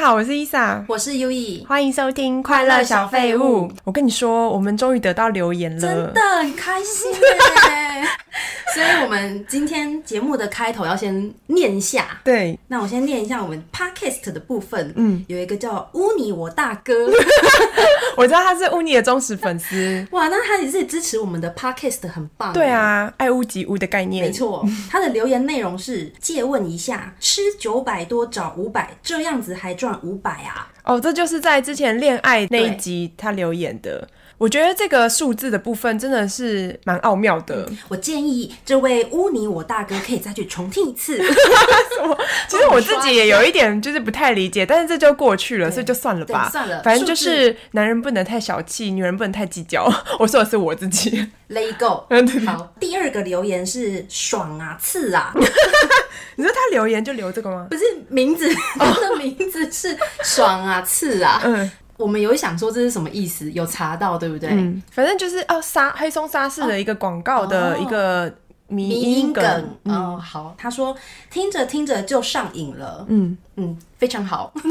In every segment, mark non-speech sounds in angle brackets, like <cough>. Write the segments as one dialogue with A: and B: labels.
A: 好，我是伊莎，
B: 我是优异，
A: 欢迎收听《快
B: 乐小废物》。
A: 我跟你说，我们终于得到留言了，
B: 真的很开心耶！ <laughs> 所以，我们今天节目的开头要先念一下。
A: 对，
B: 那我先念一下我们 podcast 的部分，
A: 嗯，
B: 有一个叫乌尼我大
A: <laughs>
B: 哥，
A: 我知道他是乌尼的忠实粉
B: <laughs>
A: 丝。
B: 哇，那他也是支持我们的 podcast，很棒。
A: 对，啊，爱屋及乌的概念，
B: 没。错，他的留言内容是：借问一下，吃九百多找五百，这样子还赚五百啊？
A: 哦，这就是在之前恋爱那一
B: 对
A: 集他留言的。我觉得这个数字的部分真的是蛮奥妙的。
B: 我建议这位乌尼我大哥可以再去重听一
A: <laughs>
B: 次。
A: 其实我自己也有一点就是不太理解，但是这就过去了，所以就算了吧。
B: 对算了
A: 反正就
B: 数字
A: 是男人不能太小气，女人不能太计较。 <laughs> 我说的是我自己。
B: Let it go。
A: 嗯对
B: 好，第二个留言是爽啊，刺啊，
A: 你说他留言就留这个吗？
B: 不是
A: <laughs>
B: 名字，他的名字是爽啊，刺啊。
A: 嗯
B: 我们有想说这是什么意思，有查到对不对？
A: 嗯，反正就是哦，沙黑松沙士的一个广告的
B: 哦
A: 一个迷
B: 迷因
A: 因
B: 梗
A: 梗。嗯
B: 哦，好，他说听着听着就上瘾了，
A: 嗯
B: 嗯，非常好， <laughs>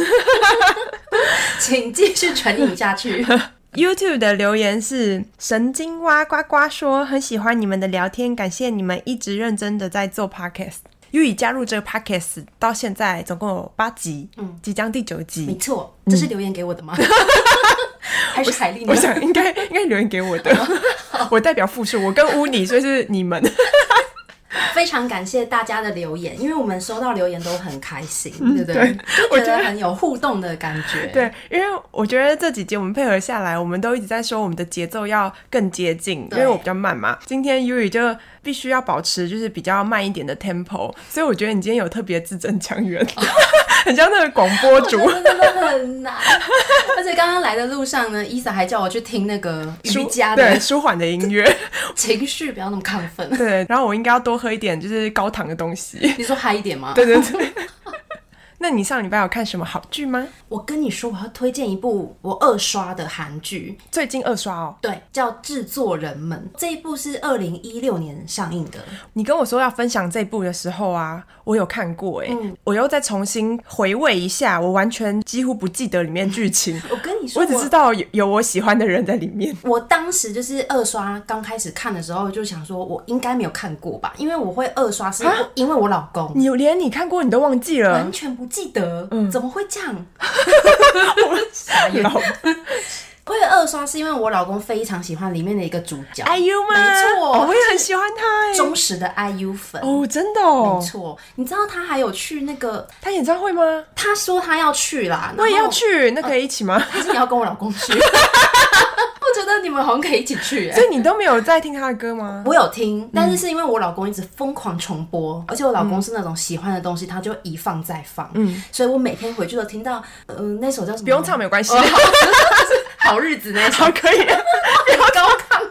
B: 请继续传瘾下
A: <laughs>
B: 去。
A: YouTube 的留言是神经蛙呱呱说很喜欢你们的聊天，感谢你们一直认真的在做 Podcast。因为加入这个 Podcast 到现在总共有八集，
B: 嗯
A: 即将第九集。
B: 没错，这是留言给我的吗？ <laughs> 还是凯莉呢
A: 嗯我？想应该哦应该留言给我 <laughs> 的，我代表复数，我跟乌尼，所以是你们。
B: 非常感谢大家的留言，因为我们收到留言都很开心，对不
A: 嗯
B: 对
A: 对？
B: 就
A: 我
B: 觉
A: 觉
B: 得
A: 得
B: 很有互动的感觉。，
A: 对，因为我觉得这几集我们配合下来，我们都一直在说我们的节奏要更接近，因
B: 对
A: 为我比较慢嘛。今天 Yuri 就必须要保持就是比较慢一点的 tempo，所以我觉得你今天有特别字正腔圆，
B: 哦
A: <laughs> 很像那个广播主。
B: 真的真的很难。 <laughs> 而且刚刚来的路上呢，伊莎还叫我去听那个
A: <laughs>
B: 瑜
A: 舒
B: 伽
A: 对
B: 的
A: 舒缓的音乐，
B: 情绪，不要那么亢奋。 <laughs>
A: 对，然后我应该要多喝一点就是高糖的东西。 <laughs>
B: 你说嗨一点吗？
A: 对对对。 <laughs> 那你上礼拜有看什么好剧吗？
B: 我跟你说，我要推荐一部我二刷的韩剧，
A: 最近二刷哦，
B: 对，叫《制作人们》。这一部是二零一六年上映的，
A: 你跟我说要分享这部的时候啊，我有看过哎、我又再重新回味一下，我完全几乎不记得里面剧 <laughs> 情，
B: 我跟你说，
A: 我只知道有有我喜欢的人在里面。
B: 我当时就是二刷刚开始看的时候，就想说我应该没有看过吧，因为我会二刷是因为我老公。
A: 你连你看过你都忘记了
B: 完，全不记得，
A: 嗯
B: 怎么会这样？
A: <laughs> 老
B: 我也二刷是因为我老公非常喜欢里面的一个主角，
A: 哎呦吗？
B: 没错
A: 哦我也很喜欢他 <laughs> 哎、
B: 忠实的 IU 粉，
A: 哦，真的
B: 没
A: 哦，
B: 错。你知道他还有去那个，
A: 他演唱会吗？
B: 他说他要去啦，
A: 我也
B: 然
A: 要
B: 后，
A: 去，那可以一起吗？
B: 还是你要跟我老
A: <laughs>
B: 公去？我觉得你们好像可以一起去、哎
A: 所以你嗯都没有在听他的歌吗？
B: 我有听，但是是因为我老公一直疯狂重播，而且我老
A: 嗯
B: 公是那种喜欢的东西，他就一放再放，嗯，所以我每天回去都听到，嗯、那首叫什么？
A: 不用唱没关系
B: 哦，好 <laughs> 好日子那
A: <laughs>
B: 首
A: 好可 <laughs> 以。
B: 高亢。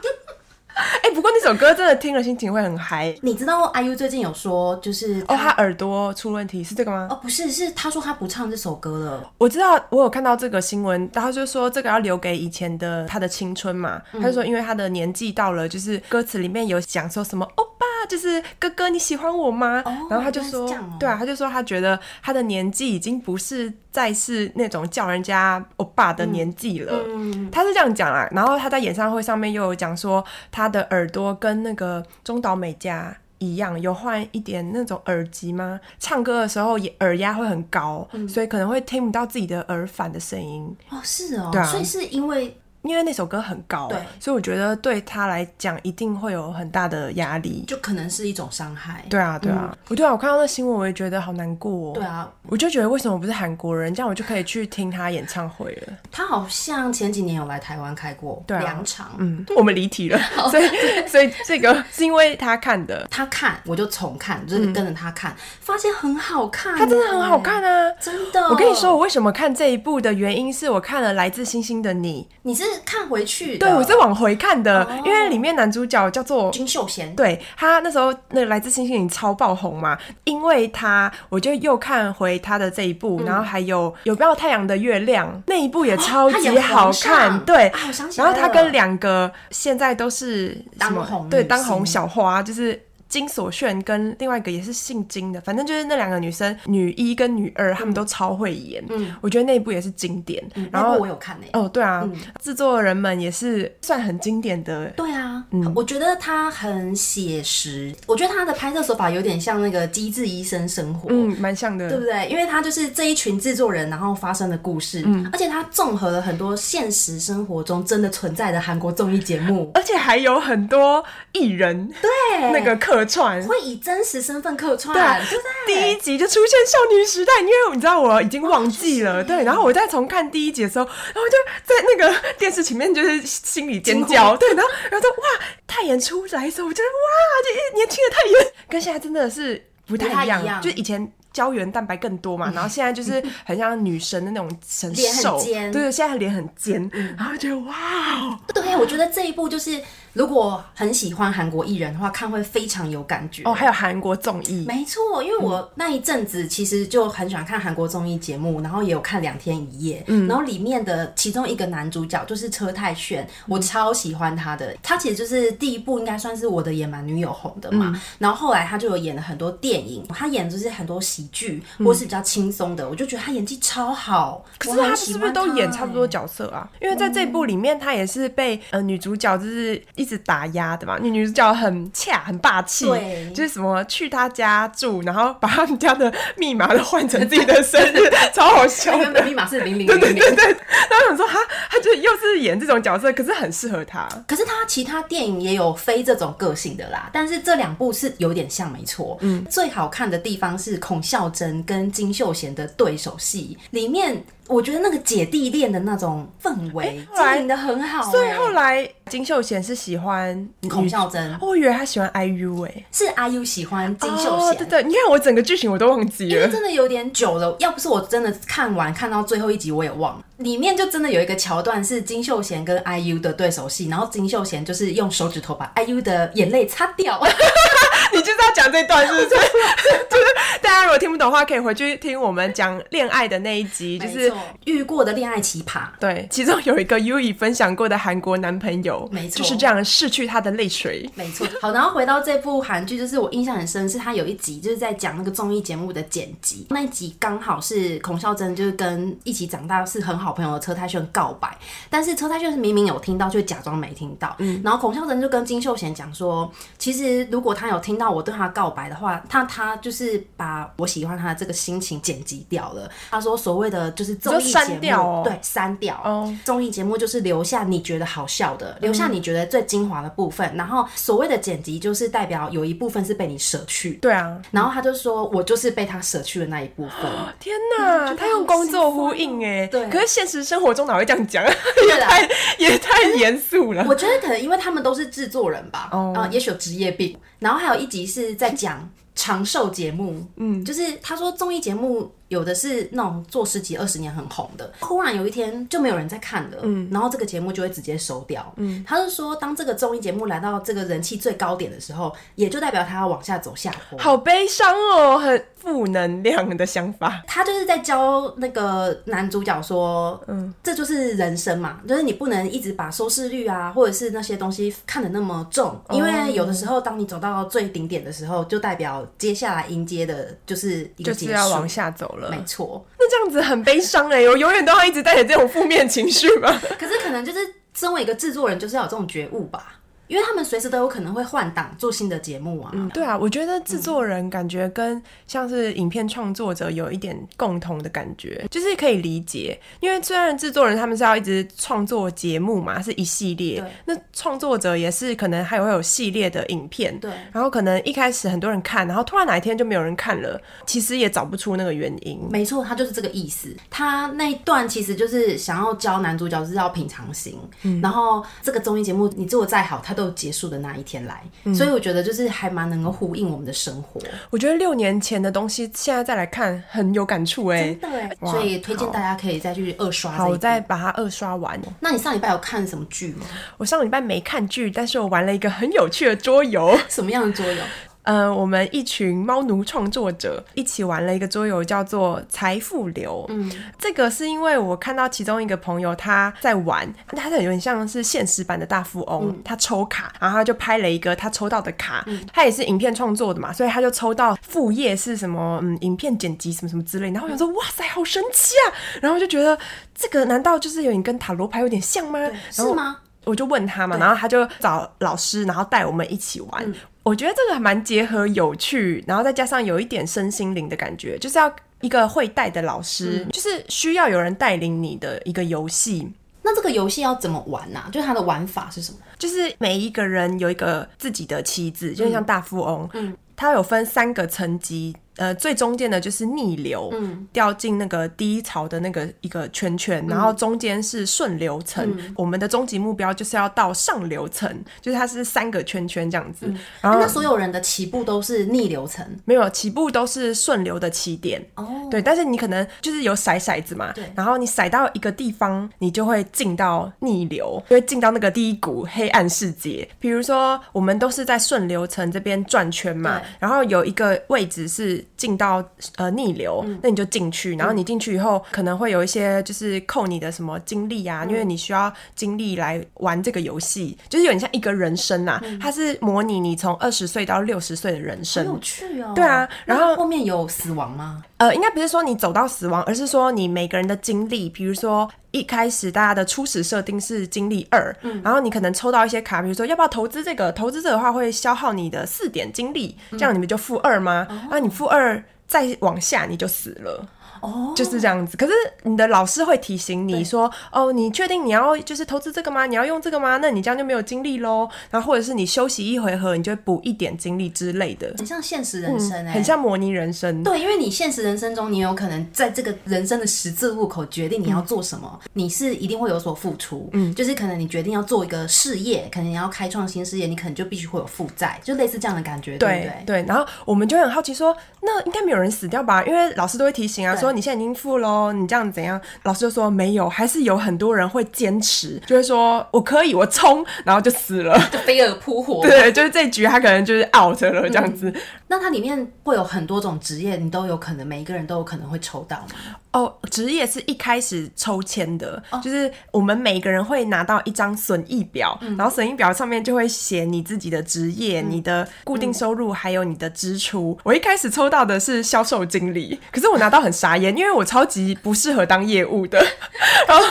A: 哎、不过那首歌真的听了心情会很嗨。
B: 你知道 IU 最近有说，就是
A: 哦，
B: 他
A: 他耳朵出问题是这个吗？
B: 哦不是，是他说他不唱这首歌了，
A: 我知道，我有看到这个新闻，然后就说这个要留给以前的他的青春嘛。
B: 嗯
A: 他就说，因为他的年纪到了，就是歌词里面有讲说什么“欧巴”，就是哥哥你喜欢我吗？
B: 哦
A: 然后他就说，
B: 原来是这样哦
A: 对啊，他就说他觉得他的年纪已经不是再是那种叫人家欧巴的年纪了。
B: 嗯，
A: 他是这样讲啊，然后他在演唱会上面又有讲说，他的耳朵跟那个中岛美嘉一样，有换一点那种耳机吗？唱歌的时候也耳压会很高，
B: 嗯
A: 所以可能会听不到自己的耳返的声音，
B: 哦是哦，
A: 对啊
B: 所以是因为
A: 因为那首歌很高
B: 对，
A: 所以我觉得对他来讲一定会有很大的压力。
B: 就可能是一种伤害，
A: 对啊，对啊，我对啊，我看到那新闻我也觉得好难过、哦。
B: 嗯对，啊，
A: 我就觉得为什么不是韩国人，这样我就可以去听他演唱会了。
B: 他好像前几年有来台湾开过
A: 对啊
B: 两场，
A: 嗯，我们离题了，所以所以这个是因为他看的，
B: 他看，我就重看，就是跟着他看，发现很好看，
A: 嗯
B: 欸
A: 它真的很好，看啊！
B: 真的。
A: 我跟你说，，我为什么看这一部的原因是我看了《来自星星的你
B: 你是看回去》，的，
A: 对我是往回看的，因为里面男主角叫做。
B: 金秀贤，
A: 对他那时候那个来自星星的你超爆红嘛，因为他我就又看回他的这一部，然后还有有没有太阳的月亮那一部也超
B: 他演
A: 级好
B: 皇上
A: 看，对，
B: 啊，我想起
A: 然
B: 来
A: 后他跟
B: 了
A: 两个现在都是什么
B: 当红
A: 对
B: 女
A: 当红
B: 星
A: 小花，就是金所炫跟另外一个也是姓金的，反正就是那两个女生，女一跟女二，她们都超会演。嗯，我觉得那一部也是经典。然
B: 那嗯部嗯
A: 后
B: 我有看诶、欸
A: 哦，对啊，制作人们也是算很经典的。
B: 对啊，
A: 嗯
B: 我觉得他很写实，我觉得他的拍摄手法有点像那个《机智医生生活》
A: 嗯，蛮像
B: 对
A: 的，
B: 不对？因为他就是这一群制作人，然后发生的故事，
A: 嗯
B: 而且他综合了很多现实生活中真的存在的韩国综艺节
A: <laughs>
B: 目，
A: 而且还有很多艺人
B: 对
A: 那个客串，
B: 会以真实身份客串，
A: 对啊
B: 对不对？
A: 第一集就出现少女时代，因为你知道我已经忘记
B: 哦
A: 了，对。然后我再重看第一集的时候，然后就在那个电视前面就是心里尖
B: 惊
A: 叫，对。然后然后说哇，泰妍出来的时候，我觉得哇，这年轻的泰妍跟现在真的是不太一
B: 不太
A: 样，
B: 一样
A: 就以前。胶原蛋白更多嘛，然后现在就是很像女神的那种神
B: 脸很
A: 瘦，
B: 尖嗯
A: 对对，现在脸很尖，然后觉得哇哦，
B: 对，我觉得这一部就是如果很喜欢韩国艺人的话，看会非常有感觉
A: 哦，还有韩国综艺，
B: 没错，因
A: 嗯
B: 为我那一阵子其实就很喜欢看韩国综艺节目，然后也有看《两天一夜》
A: 嗯
B: 然后里面的其中一个男主角就是车太铉，我
A: 嗯
B: 超喜欢他的。他其实就是第一部应该算是我的野蛮女友红的嘛，
A: 嗯
B: 然后后来他就有演了很多电影，他演的就是很多喜剧或是比较轻松的，我就觉得他演技超好。
A: 嗯可是
B: 我很
A: 他
B: 喜
A: 是
B: 欢
A: 不是都演
B: 他
A: 差不多角色啊？因为在这部里面，他也是被呃女主角就是一直打压的嘛。女女主角很恰很霸气
B: 对，
A: 就是什么去他家住，然后把他们家的密码都换成自己的生
B: <laughs>
A: 日，超好笑
B: 欸？原本
A: 的。
B: 密码是零
A: <laughs>
B: 零
A: 对
B: 零
A: 对
B: 零。
A: 对对，然后想说他，他就又是演这种角色，可是很适合他。
B: 可是他其他电影也有非这种个性的啦，但是这两部是有点像，没错。嗯，最好看的地方是孔孝真跟金秀贤的对手戏，里面我觉得那个姐弟恋的那种氛围
A: 哎后来
B: 经营的很好、欸。
A: 所以后来金秀贤是喜欢
B: 孔
A: 女，哦
B: 孝真
A: 我以为他喜欢 IU 哎、
B: 是 IU 喜欢金秀贤。
A: 哦，对对，你看我整个剧情我都忘记
B: 因为
A: 了。
B: 真的有点久了，要不是我真的看完看到最后一集，我也忘了。里面就真的有一个桥段是金秀贤跟 IU 的对手戏，然后金秀贤就是用手指头把 IU 的眼泪擦掉。
A: <laughs> 你就是要讲这段，是
B: <laughs>
A: 不是？ <laughs> 就是大家如果听不懂的话，可以回去听我们讲恋爱的那一集，就
B: 没
A: 是
B: 错。遇过的恋爱奇葩，
A: 对，其中有一个 U 以分享过的韩国男朋友，
B: 没错
A: 就是这样拭去他的泪水。
B: 没错。 <laughs> 好，然后回到这部韩剧，就是我印象很深，是他有一集就是在讲那个综艺节目的剪辑，那一集刚好是孔孝真就是跟一起长大是很好朋友的车太铉告白，但是车太铉是明明有听到，却假装没听到。嗯，然后孔孝真就跟金秀贤讲说，其实如果他有听到我对他告白的话，那他就是把我喜欢他的这个心情剪辑掉了。他说所谓的就是综
A: 你
B: 艺节
A: 说
B: 目，
A: 删掉哦
B: 对，删掉。
A: 哦
B: 综艺节目就是留下你觉得好笑的，留下你觉得最精华的部分，然后所谓的剪辑就是代表有一部分是被你舍去。
A: 对啊，
B: 然后他就说，我就是被他舍去的那一部分。
A: 天
B: 觉
A: 哪，
B: 得
A: 他用工作呼应哎，
B: 哦对
A: 可是现实生活中哪会这样讲？ <laughs> 也
B: 啦
A: 太也太严肃了。
B: 我觉得可能因为他们都是制作人吧，
A: 哦
B: 啊，也许有职业病。然后还有一集是在讲长寿节目，嗯，就是他说综艺节目有的是那种做十几二十年很红的，忽然有一天就没有人在看了，嗯，然后这个节目就会直接收掉，嗯，他就说当这个综艺节目来到这个人气最高点的时候，也就代表他要往下走下坡。
A: 好悲伤哦，很负能量的想法。
B: 他就是在教那个男主角说，嗯，这就是人生嘛，就是你不能一直把收视率啊，或者是那些东西看得那么重，
A: 哦
B: 因为有的时候当你走到最顶点的时候，就代表接下来迎接的就是一个
A: 就
B: 结
A: 是
B: 束，
A: 要往下走了，
B: 没错。
A: 那这样子很悲伤哎、我永远都要一直带着这种负面情绪吗？
B: 可是可能就是身为一个制作人，就是要有这种觉悟吧，因为他们随时都有可能会换档做新的节目啊。
A: 对啊，我觉得制作人感觉跟像是影片创作者有一点共同的感觉，就是可以理解。因为虽然制作人他们是要一直创作节目嘛，是一系列
B: 对，
A: 那创作者也是可能还会有系列的影片，
B: 对
A: 然后可能一开始很多人看，然后突然哪一天就没有人看了，其实也找不出那个原因。
B: 没错，他就是这个意思。他那一段其实就是想要教男主角是要平常心，
A: 嗯
B: 然后这个综艺节目你做的再好，它都有结束的那一天来。
A: 嗯
B: 所以我觉得就是还蛮能够呼应我们的生活，
A: 我觉得六年前的东西现在再来看很有感触哎、
B: 真的耶
A: 哇
B: 所以推荐大家可以再去二刷
A: 好，
B: 这一
A: 我
B: 部。
A: 再把它二刷完。
B: 那你上礼拜有看什么
A: <laughs>
B: 剧吗？
A: 我上礼拜没看剧，但是我玩了一个很有趣的桌游。
B: 什么样的桌游？
A: 呃，我们一群猫奴创作者一起玩了一个桌游，叫做《财富流》。嗯，这个是因为我看到其中一个朋友他在玩，他有点像是现实版的大富翁，他抽卡，然后他就拍了一个他抽到的卡，他也是影片创作的嘛，所以他就抽到副业是什么，嗯，影片剪辑什么什么之类。然后我想说，哇塞，好神奇啊！然后就觉得这个难道就是有点跟塔罗牌有点像吗？然
B: 是
A: 后
B: 吗？
A: 我就问他嘛，然后他就找老师，然后带我们一起玩。我觉得这个还蛮结合有趣，然后再加上有一点身心灵的感觉，就是要一个会带的老师，就是需要有人带领你的一个游戏。
B: 那这个游戏要怎么玩呐、就是它的玩法是什么？
A: 就是每一个人有一个自己的棋子，就像大富翁，嗯，它有分三个层级，呃，最中间的就是逆流，嗯，掉进那个低潮的那个一个圈圈，然后中间是顺流层。我们的终极目标就是要到上流层，就是它是三个圈圈这样子，然后
B: 那所有人的起步都是逆流程，
A: 没有起步都是顺流的起点。
B: 哦
A: 对，但是你可能就是有骰骰子嘛，然后你骰到一个地方，你就会进到逆流，就会进到那个低谷黑暗世界。比如说，我们都是在顺流层这边转圈嘛
B: 对，
A: 然后有一个位置是进到呃逆流，
B: 嗯
A: 那你就进去，然后你进去以后可能会有一些就是扣你的什么精力啊，
B: 嗯
A: 因为你需要精力来玩这个游戏，就是有点像一个人生呐、它是模拟你从二十岁到六十岁的人
B: 很
A: 生。
B: 嗯有趣哦。
A: 对啊然后
B: 那后面有死亡吗？
A: 呃，应该不是说你走到死亡，而是说你每个人的经历，比如说一开始大家的初始设定是经历二，
B: 嗯
A: 然后你可能抽到一些卡，比如说要不要投资这个，投资这个的话会消耗你的四点精力，
B: 嗯
A: 这样你们就负二吗？那、你负二再往下你就死了。
B: 哦，
A: 就是这样子。可是你的老师会提醒你说：“哦，你确定你要就是投资这个吗？你要用这个吗？那你这样就没有精力喽。”然后或者是你休息一回合，你就会补一点精力之类的，
B: 很像现实人生
A: 嗯
B: 哎、
A: 很像模拟人生。
B: 对，因为你现实人生中，你有可能在这个人生的十字路口决定你要做什么，你是一定会有所付出。嗯，就是可能你决定要做一个事业，可能你要开创新事业，你可能就必须会有负债，就类似这样的感觉，对不
A: 对
B: 对？
A: 对，然后我们就会很好奇说，那应该没有人死掉吧？因为老师都会提醒啊，说你现在已经付喽，你这样怎样？老师就说没有，还是有很多人会坚持，就会说我可以，我冲，然后就死了。 <laughs>
B: 就飞蛾扑火。
A: 对，就是这一局他可能就是 out 了这样子。
B: 那它里面会有很多种职业，你都有可能，每一个人都有可能会抽到嘛。
A: 哦，职业是一开始抽签的，就是我们每个人会拿到一张损益表，然后损益表上面就会写你自己的职业、你的固定收入，还有你的支出。我一开始抽到的是销售经理，可是我拿到很傻眼，因为我超级不适合当业务的。
B: <laughs>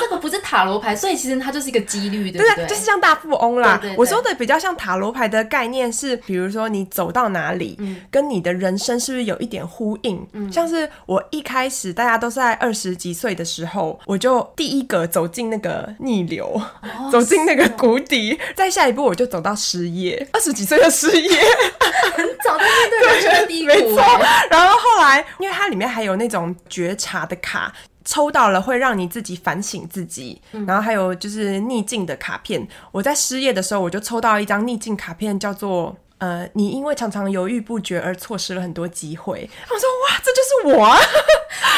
B: 这个不是塔罗牌，所以其实它就是一个几率，对
A: 对
B: 不
A: 啊
B: 对？
A: 就是像大富翁啦。
B: 对对对
A: 我说的比较像塔罗牌的概念是，比如说你走到哪里，
B: 嗯
A: 跟你的人生是不是有一点呼应？像是我一开始大家都是在二十几岁的时候，我就第一个走进那个逆流，
B: 哦
A: 走进那个谷底，再下一步我就走到失业，二十几岁的失业。
B: 找到面对人生的低
A: <laughs> 没
B: 谷欸
A: 错。然后后来，因为它里面还有那种觉察的卡，抽到了会让你自己反省自己，然后还有就是逆境的卡片。我在失业的时候，我就抽到一张逆境卡片，叫做。呃，你因为常常犹豫不决而错失了很多机会。我说哇，这就是我啊！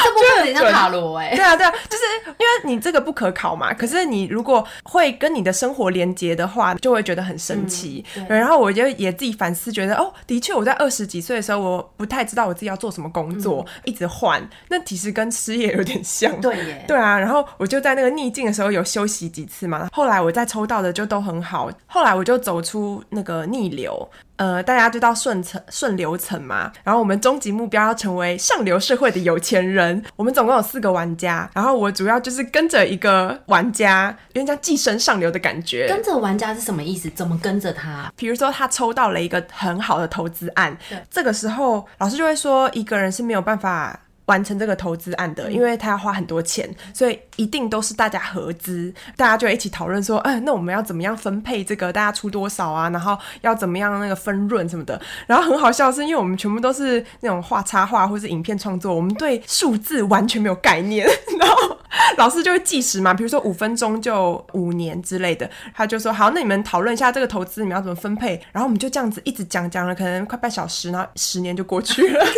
B: 这部分有点像塔罗哎、
A: 对啊，对啊，就是因为你这个不可考嘛。可是你如果会跟你的生活连接的话，就会觉得很神奇。
B: 嗯
A: 对然后我就也自己反思，觉得哦，的确我在二十几岁的时候，我不太知道我自己要做什么工作，一直换。那其实跟失业有点像。
B: 嗯对耶，
A: 对啊，然后我就在那个逆境的时候有休息几次嘛，后来我再抽到的就都很好，后来我就走出那个逆流，呃，大家就到顺层顺流层嘛，然后我们终极目标要成为上流社会的有钱人，我们总共有四个玩家，然后我主要就是跟着一个玩家，有点像寄生上流的感觉，
B: 跟着玩家是什么意思？怎么跟着他？
A: 比如说他抽到了一个很好的投资案
B: 对，
A: 这个时候老师就会说，一个人是没有办法。完成这个投资案的，因为他要花很多钱，所以一定都是大家合资，大家就一起讨论说，哎，那我们要怎么样分配这个，大家出多少啊，然后要怎么样那个分润什么的。然后很好笑的是，因为我们全部都是那种画插画或是影片创作，我们对数字完全没有概念，然后老师就会计时嘛，比如说五分钟就五年之类的，他就说好，那你们讨论一下这个投资你们要怎么分配，然后我们就这样子一直讲讲了，可能快半小时，然后十年就过去了。 <laughs>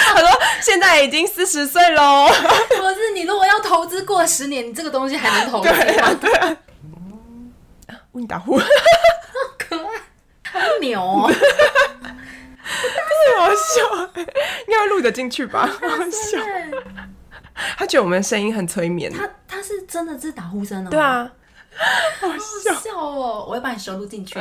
A: 他说现在已经四十岁喽，
B: <laughs> 不是你如果要投资过十年，你这个东西还能投资
A: 啊
B: 吗？
A: 问你打呼。 <laughs>
B: 可爱，好牛哦。
A: 好笑， <laughs> 应该会录得进去吧？好笑，
B: 真的
A: 他觉得我们声音很催眠。
B: 他他是真的是打呼声哦，
A: 对，啊，
B: 好笑哦，我会把你收录
A: <laughs>
B: 进去。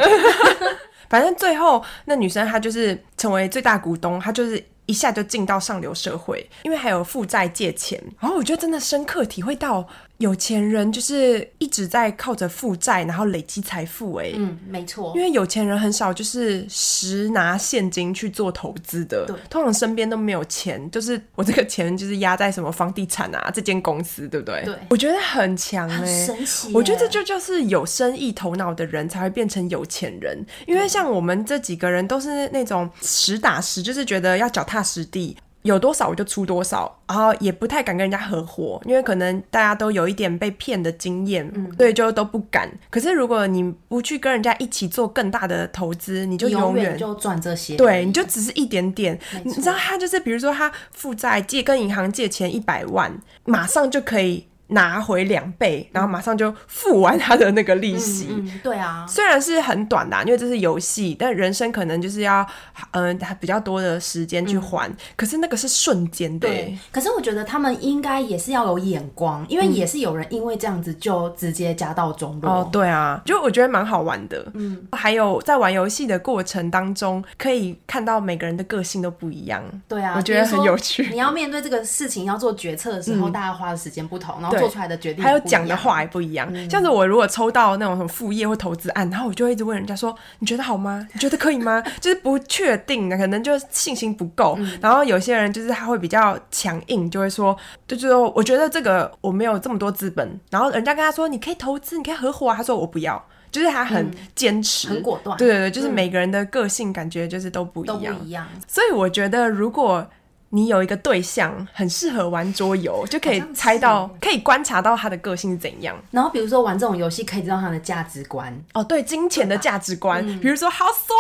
A: 反正最后那女生她就是成为最大股东，她就是一下就进到上流社会，因为还有负债借钱。然后我觉得真的深刻体会到有钱人就是一直在靠着负债然后累积财富、欸，
B: 嗯，没错
A: 因，为有钱人很少就是实拿现金去做投资的，
B: 对
A: 通常身边都没有钱，就是我这个钱就是压在什么房地产啊这间公司，对不对？
B: 对
A: 我觉得很强哎、
B: 很神奇耶。
A: 我觉得这就就是有生意头脑的人才会变成有钱人，因为像我们这几个人都是那种实打实，就是觉得要脚踏实地。有多少我就出多少，然后也不太敢跟人家合伙，因为可能大家都有一点被骗的经验，
B: 嗯
A: 所以就都不敢。可是如果你不去跟人家一起做更大的投资，你就
B: 永
A: 永
B: 远
A: 远
B: 就赚这些，
A: 对，你就只是一点点。
B: 没
A: 你
B: 错
A: 知道他就是，比如说他负债借跟银行借钱一百万，马上就可以拿回两倍，然后马上就付完他的那个利息。
B: 嗯，嗯对啊，
A: 虽然是很短的啊、因为这是游戏，但人生可能就是要，嗯、还比较多的时间去还。可是那个是瞬间的欸，
B: 嗯对，可是我觉得他们应该也是要有眼光，因为也是有人因为这样子就直接家道中
A: 嗯
B: 落。
A: 哦，对啊，就我觉得蛮好玩的。嗯，还有在玩游戏的过程当中，可以看到每个人的个性都不一样。
B: 对啊，
A: 我觉得很
B: 比如说
A: 有趣嗯
B: 你要面对这个事情，要做决策的时候，大家花的时间不同，然后
A: 对
B: 做出来的决定
A: 还有
B: 也不一
A: 讲的
B: 样，嗯
A: 话也不一样。像是我如果抽到那种什么副业或投资案，然后我就会一直问人家说：“你觉得好吗？你觉得可以吗？” <laughs> 就是不确定的，可能就是信心不够。
B: 嗯
A: 然后有些人就是他会比较强硬，就会说：“就是说我觉得这个我没有这么多资本。”然后人家跟他说：“你可以投资，你可以合伙啊。”他说：“我不要。”就是他很坚持，
B: 嗯很果断嗯
A: 对对对，就是每个人的个性感觉就是都不一
B: 都
A: 样。
B: 不一样。
A: 所以我觉得，如果你有一个对象很适合玩桌游，就可以
B: 好像是
A: 猜到，可以观察到他的个性是怎样。
B: 然后比如说玩这种游戏，可以知道他的价值观。 <laughs>
A: 哦，对，金钱的价值观，
B: 嗯
A: 比如说好梭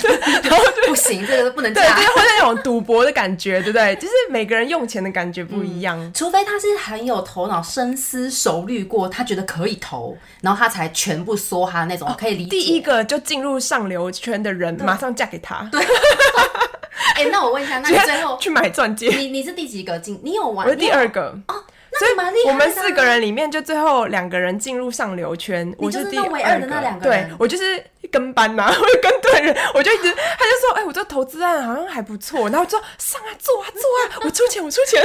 A: 哈，然后就
B: 不行，这个不能
A: 对， <laughs>
B: 加
A: 就。是会那种赌博的感觉，对不
B: <laughs>
A: 对？就是每个人用钱的感觉不一样。
B: 除非他是很有头脑、深思熟虑过，他觉得可以投，然后他才全部梭哈那种，可以理解。
A: 哦第一，个就进入上流圈的人，马上嫁给他， <laughs> 对，
B: 哎、那我问一下，那
A: <laughs>
B: 你最后
A: 去买钻戒。
B: 你你是第几个进？你有玩？
A: 我是
B: 你
A: 第
B: 有
A: 二个，
B: 那你蛮厉害的
A: 我
B: 啊
A: 们四个人里面就最后两个人进入上流圈，我
B: 就是
A: 第
B: 那唯二的那两个人
A: 对我就是跟班嘛， <laughs> 我就跟对人，我就一直他就说，哎、我这投资案好像还不错，然后我就说上啊，做啊，做啊，我出钱，我出钱，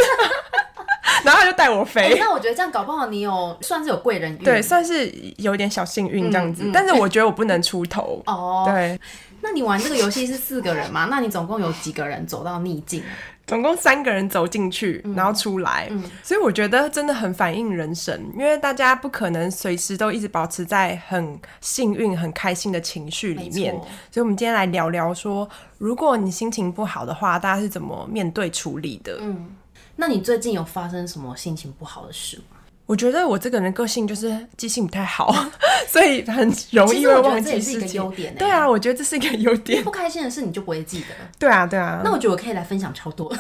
A: <laughs> 然后他就带我
B: 哎、 <laughs>
A: 飞。
B: 那我觉得这样搞不好你有算是有贵人运。
A: 对，算是有点小幸运这样子，
B: 嗯嗯
A: 但是我觉得我不能出头。
B: 哦，
A: 对，
B: 那你玩这个游戏是四个人嘛？那你总共有几个人走到逆境？
A: 总共三个人走进去，
B: 嗯
A: 然后出来，所以我觉得真的很反映人生，因为大家不可能随时都一直保持在很幸运、很开心的情绪里面
B: 没错，
A: 所以我们今天来聊聊说，如果你心情不好的话，大家是怎么面对处理的？
B: 嗯那你最近有发生什么心情不好的事吗？
A: 我觉得我这个人个性就是记性不太好， <laughs> 所以很容
B: 其
A: 易
B: 实
A: 会
B: 我觉得
A: 忘
B: 这也
A: 记
B: 是一
A: 事
B: 个优
A: 情。
B: 点、欸。
A: 对，啊，我觉得这是一个优点。 <laughs>
B: 不开心的事你就不会记得。
A: 对啊，对啊。
B: 那我觉得我可以来分享超多。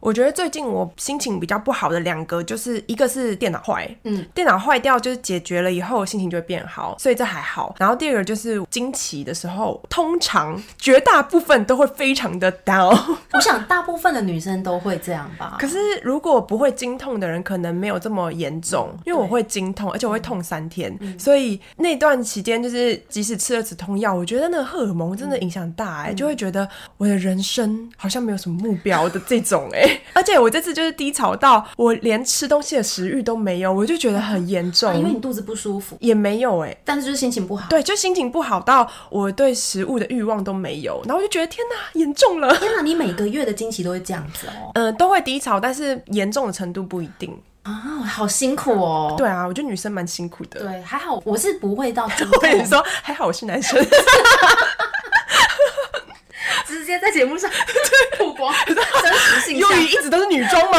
A: 我觉得最近我心情比较不好的两个，就是一个是电脑坏，
B: 嗯，
A: 电脑坏掉就是解决了以后心情就会变好，所以这还好。然后第二个就是惊奇的时候，通常绝大部分都会非常的 down， <laughs>
B: <laughs> 我想大部分的女生都会这样吧。啊
A: 可是如果不会经痛的人，可能没有这么严重，
B: 嗯
A: 因为我会经痛，而且我会痛三天，所以那段期间就是即使吃了止痛药，我觉得那个荷尔蒙真
B: 嗯
A: 的影响大哎、就会觉得我的人生好像没有什么目标的这种哎、
B: <laughs>
A: 而且我这次就是低潮到我连吃东西的食欲都没有，我就觉得很严
B: 啊因为
A: 重，
B: 你啊肚子不舒服，
A: 也没有哎、
B: 但是就是心情不好。
A: 对，就心情不好到我对食物的欲望都没有，然后我就觉得天哪，严重了。 <laughs>
B: 天哪，你每个月的经期都会这样子哦。
A: 嗯、都会低潮，但是严重的程度不一定。
B: 啊，好辛苦哦。
A: 对啊，我觉得女生蛮辛苦的。
B: 对，还好我是不会到
A: <laughs>
B: 经
A: 我跟你
B: 痛，
A: 说，还好我是男生，
B: <laughs> 啊直接在
A: <laughs>
B: 节目上曝光真实性
A: 由
B: 向 <laughs>
A: 于一直都是女装吗？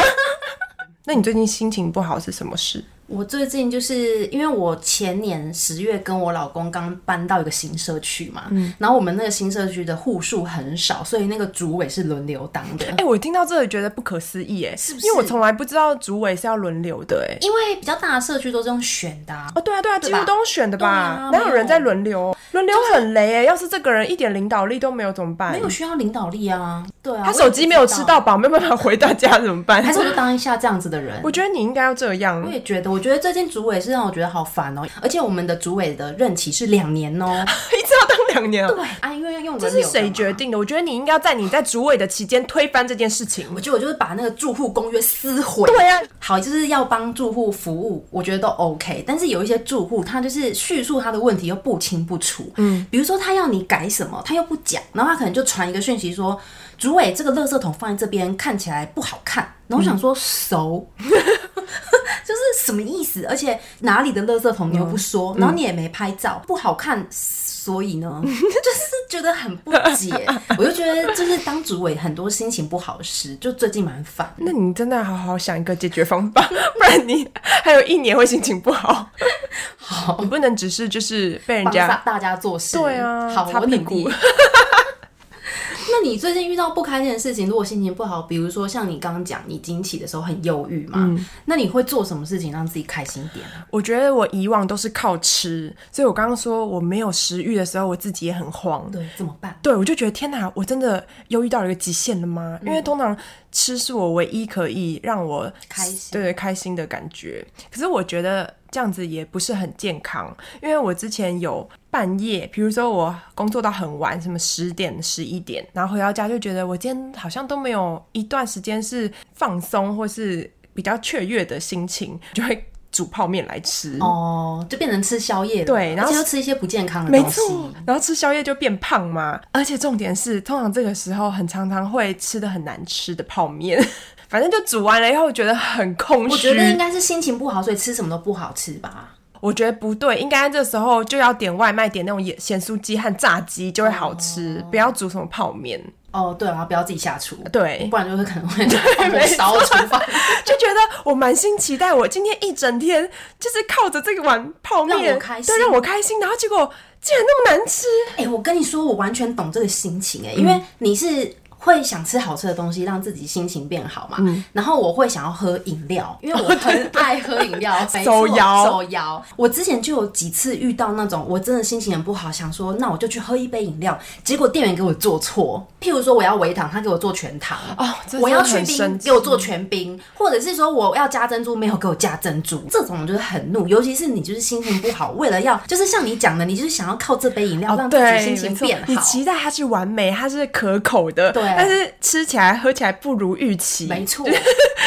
A: 那你最近心情不好是什么事？
B: 我最近就是因为我前年十月跟我老公刚搬到一个新社区嘛，
A: 嗯
B: 然后我们那个新社区的户数很少，所以那个主委是轮流当
A: <laughs>
B: 的。
A: 哎、我听到这里觉得不可思议，哎，是
B: 不
A: 因为我
B: 嗯是
A: 从来不知道主委是要轮流的，哎。
B: 因为比较大的社区都是用选的、啊，
A: 哦，对啊，对啊，几乎
B: 吧
A: 都选的吧
B: 对啊？
A: 哪有人在
B: 没有
A: 轮流？轮流很雷哎！要是这个人一点领导力都没有怎么办
B: 没？有需要领导力啊。对啊，
A: 他
B: 我也
A: 手
B: 不
A: 机没有
B: 知
A: 吃，到饱，没有办法回到家怎么办
B: 还？是我就当一下这样子的人。
A: 我觉得你应该要这样
B: 我。也觉得，我觉得最近主委是让我觉得好烦哦，而且我们的主委的任期是两
A: <laughs>
B: 年哦。
A: <laughs> 一直要当两年啊，
B: 对啊，因为要用
A: 这
B: 轮流
A: 是
B: 的
A: 谁
B: 嘛
A: 决？定的？我觉得你应该要在你在主委的期间推翻这件事情。
B: 我觉得我就是把那个住户公约撕毁。
A: 对啊，
B: 好，就是要帮住户服务，我觉得都 OK。但是有一些住户，他就是叙述他的问题又不清不楚，嗯，比如说他要你改什么，他又不讲，然后他可能就传一个讯息说，主委这个垃圾桶放在这边看起来不好看，然后我想说熟。 <laughs> 就是什么意思？而且哪里的垃圾桶你又不说，然后你也没拍照，不好看，所以呢， <laughs> 就是觉得很不解。我就觉得，就是当主委很多心情不好时，就最近蛮烦的。
A: 那你真的要好好想一个解决方法， <laughs> 不然你还有一年会心情不好。好，你不能只是就是被人
B: 帮
A: 家
B: 大大家做事。
A: 对啊
B: 好，
A: 擦
B: 我
A: 屁
B: 努力
A: 股
B: <laughs> 那你最近遇到不开心的事情，如果心情不好，比如说像你刚刚讲，你经期的时候很忧郁嘛，
A: 嗯
B: 那你会做什么事情让自己开心一点啊？
A: 我觉得我以往都是靠吃，所以我刚刚说我没有食欲的时候，我自己也很慌。
B: 对，怎么办？
A: 对，我就觉得天哪，我真的忧郁到了一个极限了吗？因为
B: 嗯
A: 通常吃是我唯一可以让我
B: 开心
A: 对对开心的感觉。可是我觉得这样子也不是很健康，因为我之前有半夜，比如说我工作到很晚，什么十点、十一点，然后回到家就觉得我今天好像都没有一段时间是放松或是比较雀跃的心情，就会煮泡面来吃。
B: 哦，就变成吃宵夜了，
A: 对然后
B: 而且又吃一些不健康的
A: 没
B: 东西，
A: 错，然后吃宵夜就变胖嘛，而且重点是，通常这个时候很常常会吃的很难吃的泡面， <laughs> 反正就煮完了以后觉得很空虚。
B: 我觉得应该是心情不好，所以吃什么都不好吃吧。
A: 我觉得不对，应该这时候就要点外卖，点那种盐咸酥鸡和炸鸡就会好吃，不要煮什么泡面。
B: 哦，对啊，然后不要自己下厨， <laughs>
A: 对，
B: 不然就会可
A: <laughs>
B: 能会火烧厨房，
A: 就觉得我满心期待，我今天一整天就是靠着这个碗泡面，
B: 让我开心
A: 对，让我开心，然后结果竟然那么难吃。
B: 哎、我跟你说，我完全懂这个心情哎、因
A: 嗯
B: 为你是。会想吃好吃的东西，让自己心情变好嘛。
A: 嗯
B: 然后我会想要喝饮料，因为我很爱喝饮
A: <laughs>
B: 料。没错
A: 哦手摇
B: 手摇。我之前就有几次遇到那种我真的心情很不好，想说那我就去喝一杯饮料，结果店员给我做错。譬如说我要微糖，他给我做全糖。
A: 哦这真的
B: 我要去
A: 很生
B: 冰，
A: 气
B: 给我做全冰，或者是说我要加珍珠，没有给我加珍珠，这种我就是很怒。尤其是你就是心情不好，为了要就是像你讲的，你就是想要靠这杯饮料让自己心情
A: 哦没错
B: 变好。
A: 你期待它是完美，它是可口的，
B: 对
A: 但是吃起来、喝起来不如预期，
B: 没错，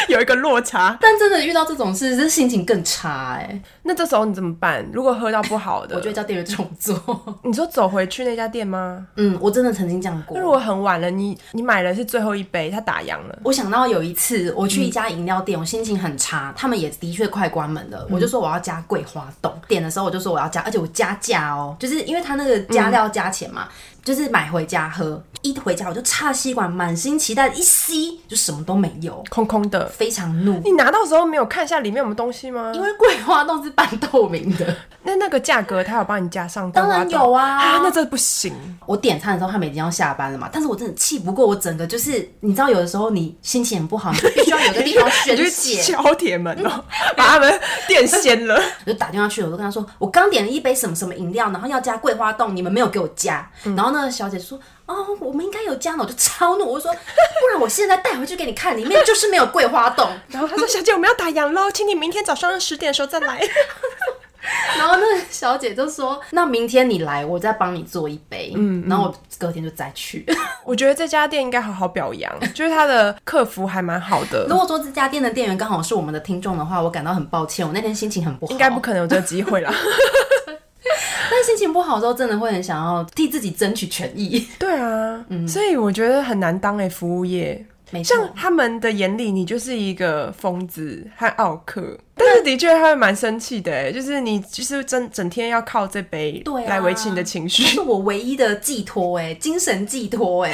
A: 有一个落差。
B: <laughs> 但真的遇到这种事，这心情更差哎、
A: 那这时候你怎么办？如果喝到不好的，
B: 我就会叫店员重做。
A: 你说走回去那家店吗？
B: <laughs> 嗯，我真的曾经这样过
A: 那。如果很晚了，你你买的是最后一杯，它打烊了。
B: 我想到有一次，我去一家饮料店，我心情很差，他们也的确快关门了，我就说我要加桂花冻。点的时候我就说我要加，而且我加价哦，就是因为他那个加料加钱嘛，就是买回家喝。一回家我就插吸管，满心期待一吸就什么都没有，
A: 空空的，
B: 非常怒。
A: 你拿到的时候没有看一下里面有没有东西吗
B: 因？为桂花冻是半透明的，
A: 那那个价格，它有帮你加上
B: 当然
A: 豆花豆
B: 有 <laughs> 啊
A: 啊，那这不行。
B: 我点餐的时候，他们已经要下班了嘛，但是我真的气不过，我整个就是，你知道，有的时候你心情很不好，你就必须要有个地方宣
A: <laughs> 你去
B: 泄。嗯
A: 敲铁门哦，把他们店
B: <laughs>
A: 掀了。
B: 我就打电话去，我就跟他说，我刚点了一杯什么什么饮料，然后要加桂花冻，你们没有给我加。
A: 嗯
B: 然后呢，小姐说，哦，我们应该有加呢，我就超怒，我就说，不然我现在带回去给你看，里面就是没有桂花冻。
A: 然后他说：“小姐，我们要打烊喽，请你明天早上十点的时候再来。”
B: 然后那个小姐就说，那明天你来，我再帮你做一杯。嗯，然后我隔天就再去。 <laughs>
A: 我觉得这家店应该好好表扬，就是他的客服还蛮好
B: 如
A: 的，
B: 果说这家店的店员刚好是我们的听众的话，我感到很抱歉，我那天心情很不好。
A: 应该不可能有这个机
B: <laughs>
A: 会啦。
B: 但心情不好的时候，真的会很想要替自己争取权
A: <laughs>
B: 益。
A: 对啊，所以我觉得很难当哎、服务业。
B: 嗯没错，
A: 像他们的眼里，你就是一个疯子和奥克，但是是的确他会蛮生气的欸，就是你就是整整天要靠这杯
B: 对啊
A: 来维持你的情绪。
B: 是我唯一的寄托，哎，精神寄
A: <laughs>
B: 托，哎，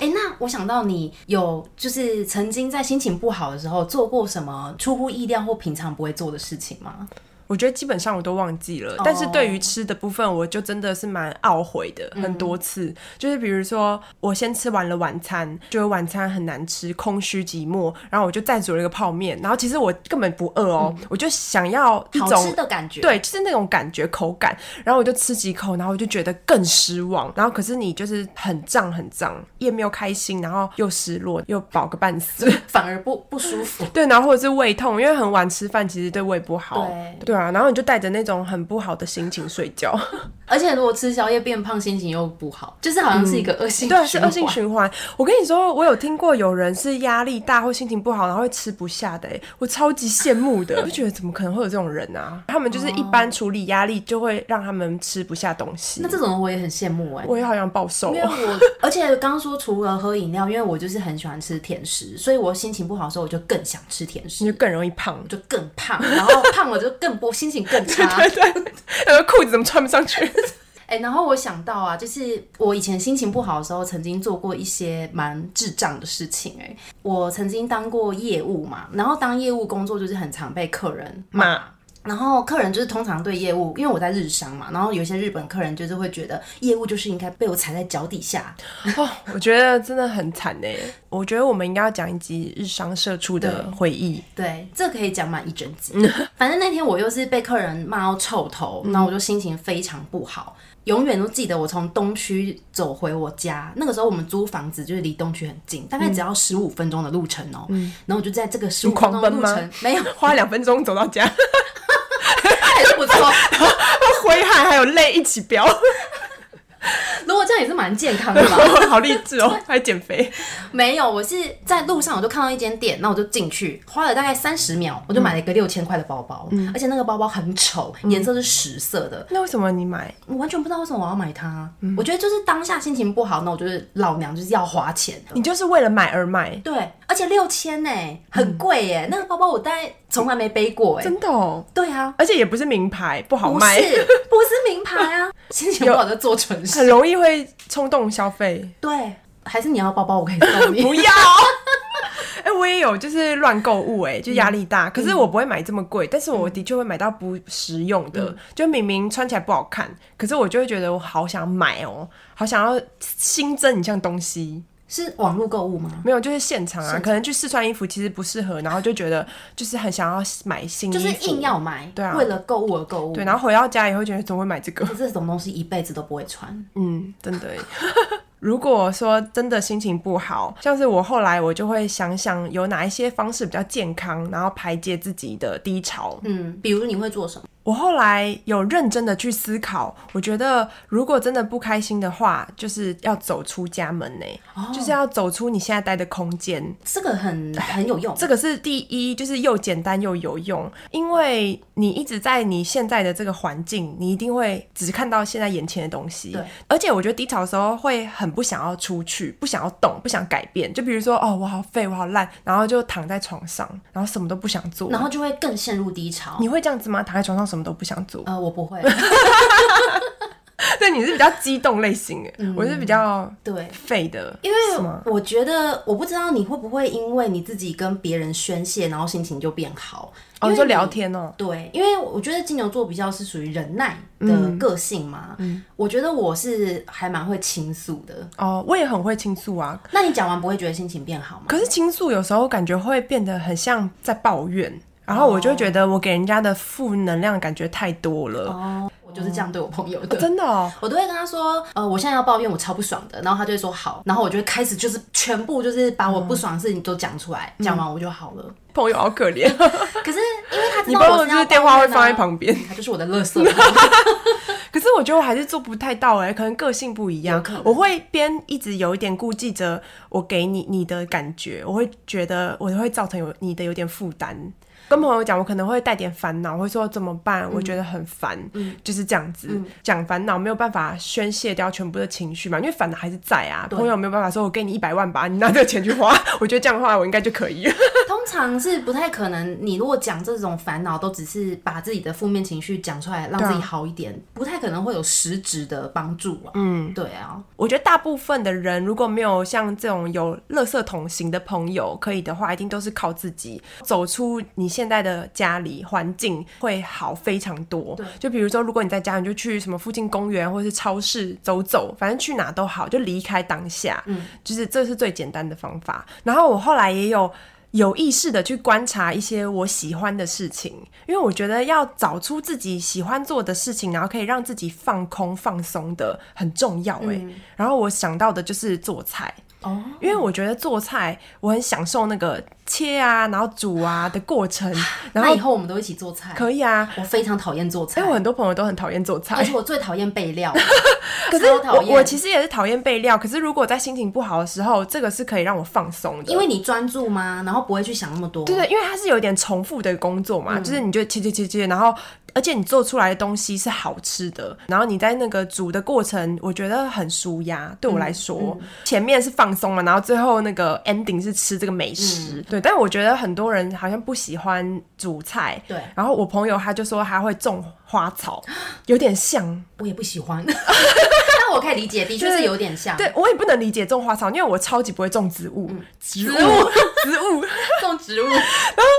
B: 哎，那我想到你有就是曾经在心情不好的时候做过什么出乎意料或平常不会做的事情吗？
A: 我觉得基本上我都忘记
B: 哦
A: 了，但是对于吃的部分，我就真的是蛮懊悔的，很多次。
B: 嗯
A: 就是比如说，我先吃完了晚餐，觉得晚餐很难吃，空虚寂寞，然后我就再煮了一个泡面，然后其实我根本不饿哦，我就想要一
B: 嗯好
A: 种
B: 吃的感觉，，
A: 对，就是那种感觉口感。然后我就吃几口，然后我就觉得更失望。然后可是你就是很胀很胀，也没有开心，然后又失落，又饱个半死。
B: 反而不不舒服。
A: 对，然后或者是胃痛，因为很晚吃饭其实对胃不好。
B: 对
A: 啊，然后你就带着那种很不好的心情睡觉，
B: 而且如果吃宵夜变胖，心情又不好，就是好像是一个恶性、循
A: 嗯 <laughs> 对，是恶性
B: 环
A: 循环。我跟你说，我有听过有人是压力大或心情不好，然后会吃不下的、欸，我超级羡慕的，我就觉得怎么可能会有这种人啊？他们就是一般处理压力就会让他们吃不下东西
B: 哦那。这种我也很羡慕哎、
A: 我也好想暴瘦、
B: 因为
A: 哦。
B: 我，而且刚刚说除了喝饮料，因为我就是很喜欢吃甜食，所以我心情不好的时候，我就更想吃甜
A: 你
B: 食，
A: 就更容易胖， <laughs>
B: 就更胖，然后胖我就更不心情更差。
A: 呃，裤子怎么穿不上去？ <laughs>
B: 哎、然后我想到啊，就是我以前心情不好的时候，曾经做过一些蛮智障的事情、哎，我曾经当过业务嘛，然后当业务工作就是很常被客人骂
A: 骂。
B: 然后客人就是通常对业务，因为我在日商嘛，然后有一些日本客人就是会觉得业务就是应该被我踩在脚底下，
A: 哦，我觉得真的很惨呢。我觉得我们应该要讲一集日商社畜的回忆。
B: 对，这可以讲满一整集。
A: 嗯
B: <laughs> 反正那天我又是被客人骂到臭头，然后我就心情非常不好。永远都记得我从东区走回我家，那个时候我们租房子就是离东区很近，
A: 嗯
B: 大概只要十五分钟的路程哦、然后我就在这个十五分钟的
A: 你
B: 路
A: 狂奔吗
B: 程，没有， <laughs>
A: 花两分钟走到家，
B: 还是不错。
A: <laughs> 挥汗还有泪一起飙，
B: 如果这样也是蛮健康的吧。
A: 好励志哦！ <laughs> 还减肥，
B: <laughs> 没有，我是在路上我就看到一间店，那我就进去，花了大概三十秒，我就买了一个六千块的包包，
A: 嗯
B: 而且那个包包很丑，颜色是屎色的，
A: 那为什么你买？
B: 我完全不知道为什么我要买它。
A: 嗯
B: 我觉得就是当下心情不好，那我就是老娘就是要花钱。
A: 你就是为了买而买，
B: 对，而且六千呢，很贵耶、那个包包我大概从来没背过哎、
A: 嗯真的哦。
B: 对啊，
A: 而且也不是名牌，不好
B: 不
A: 卖
B: 是，不是名牌
A: <laughs>
B: 啊，心情不好就做蠢
A: 很
B: 事。
A: 容易会冲动消费。
B: 对，还是你要包包，我可以送你。
A: <laughs> 不要。哎、我也有，就是乱购物、哎，就压力大。可是我不会买这么贵，但是我的确会买到不实用的，就明明穿起来不好看，可是我就会觉得我好想买哦，好想要新增一项东西。
B: 是网络购物吗？
A: 没有，就是现场啊，可能去试穿衣服其实不适合，然后就觉得就是很想要买新衣
B: 就
A: 服，
B: 是硬要买，
A: 对啊
B: 为了购物而购物。
A: 对，然后回到家以后觉得怎么会买这个？ <laughs>
B: 可是这种东西一辈子都不会穿。
A: 嗯，真的耶。 <laughs> 如果说真的心情不好，像是我后来我就会想想有哪一些方式比较健康，然后排解自己的低潮。
B: 嗯，比如你会做什么？
A: 我后来有认真的去思考，我觉得如果真的不开心的话，就是要走出家门呢、
B: 哦
A: 就是要走出你现在待的空间。
B: 这个很很有用。
A: 这个是第一，就是又简单又有用，因为你一直在你现在的这个环境，你一定会只看到现在眼前的东西
B: 对。
A: 而且我觉得低潮的时候会很不想要出去，不想要动，不想改变。就比如说，哦，我好废，我好烂，然后就躺在床上，然后什么都不想做。
B: 然后就会更陷入低潮
A: 你。会这样子吗？躺在床上什么都不想做？
B: 呃，我不会。
A: 对，你是比较激动类型的，我是比较
B: 对，
A: 废的，
B: 嗯因为
A: 是吗
B: 我觉得，我不知道你会不会因为你自己跟别人宣泄，然后心情就变好。
A: 哦，
B: 因为
A: 你说聊天哦，
B: 对，因为我觉得金牛座比较是属于忍耐的个性嘛。
A: 嗯
B: 我觉得我是还蛮会倾诉的。
A: 哦，我也很会倾诉啊，
B: 那你讲完不会觉得心情变好吗？
A: 可是倾诉有时候感觉会变得很像在抱怨，然后我就觉得我给人家的负能量感觉太多了，
B: 我就是这样对我朋友的。
A: 哦真的哦。
B: 我都会跟他说，呃，我现在要抱怨，我超不爽的。然后他就会说好，然后我就会开始就是全部就是把我不爽的事情都讲出来，讲、
A: 嗯
B: 完我就好了。
A: 朋友好可 <laughs> 怜，
B: 可是因为他知
A: 你
B: 道
A: 朋
B: 我
A: 友
B: 是
A: 就是
B: 要
A: 电话会
B: 抱怨啊
A: 放在，旁边。
B: 他就是我的
A: <laughs>
B: 垃圾桶。
A: 可是我觉得我还是做不太到哎、可能个性不一样，我会边一直有一点顾忌着我给你你的感觉，我会觉得我会造成有你的有点负担，跟朋友讲，我可能会带点烦恼，会说怎么办？我觉得很烦，就是这样子讲烦恼，没有办法宣泄掉全部的情绪嘛，因为烦恼还是在啊。朋友没有办法说，我给你一百万吧，你拿这个钱去花。 <laughs> 我觉得这样的话，我应该就可以。
B: 通常是不太可能。你如果讲这种烦恼，都只是把自己的负面情绪讲出来，让自己好一点，不太可能会有实质的帮助啊。嗯，对啊，
A: 我觉得大部分的人如果没有像这种有垃圾桶型的朋友可以的话，一定都是靠自己走出你现在的家里环境会好非常多。就比如说，如果你在家，你就去什么附近公园或是超市走走，反正去哪都好，就离开当下。嗯，就是这是最简单的方法。然后我后来也有。有意识的去观察一些我喜欢的事情，因为我觉得要找出自己喜欢做的事情，然后可以让自己放空放松的很重要哎、然后我想到的就是做菜，
B: 哦，
A: 因为我觉得做菜我很享受那个切啊，然后煮啊的过程，然
B: 那
A: 后
B: 以后我们都一起做菜。
A: 可以啊。
B: 我非常讨厌做菜
A: 因为，我很多朋友都很讨厌做菜
B: 而，且我最讨厌备料，
A: <laughs> 可
B: 可
A: 是
B: 超讨
A: 我
B: 厌。
A: 我其实也是讨厌备料。可是如果在心情不好的时候，这个是可以让我放松的，
B: 因为你专注嘛，然后不会去想那么多。
A: 对对，因为它是有点重复的工作嘛，就是你就切切切切，然后而且你做出来的东西是好吃的，然后你在那个煮的过程，我觉得很舒压。对我来说，前面是放松嘛，然后最后那个 ending 是吃这个美食。对，但我觉得很多人好像不喜欢煮菜。
B: 对
A: 然后我朋友他就说他会种花 <gasps> 草，有点像。
B: 我也不喜
A: <laughs>
B: 欢。但我可以理解，的确是有点像
A: 对我也不能理解种花草，因为我超级不会种植物，嗯植物 <laughs> 植物。
B: 种
A: <laughs>
B: 植物。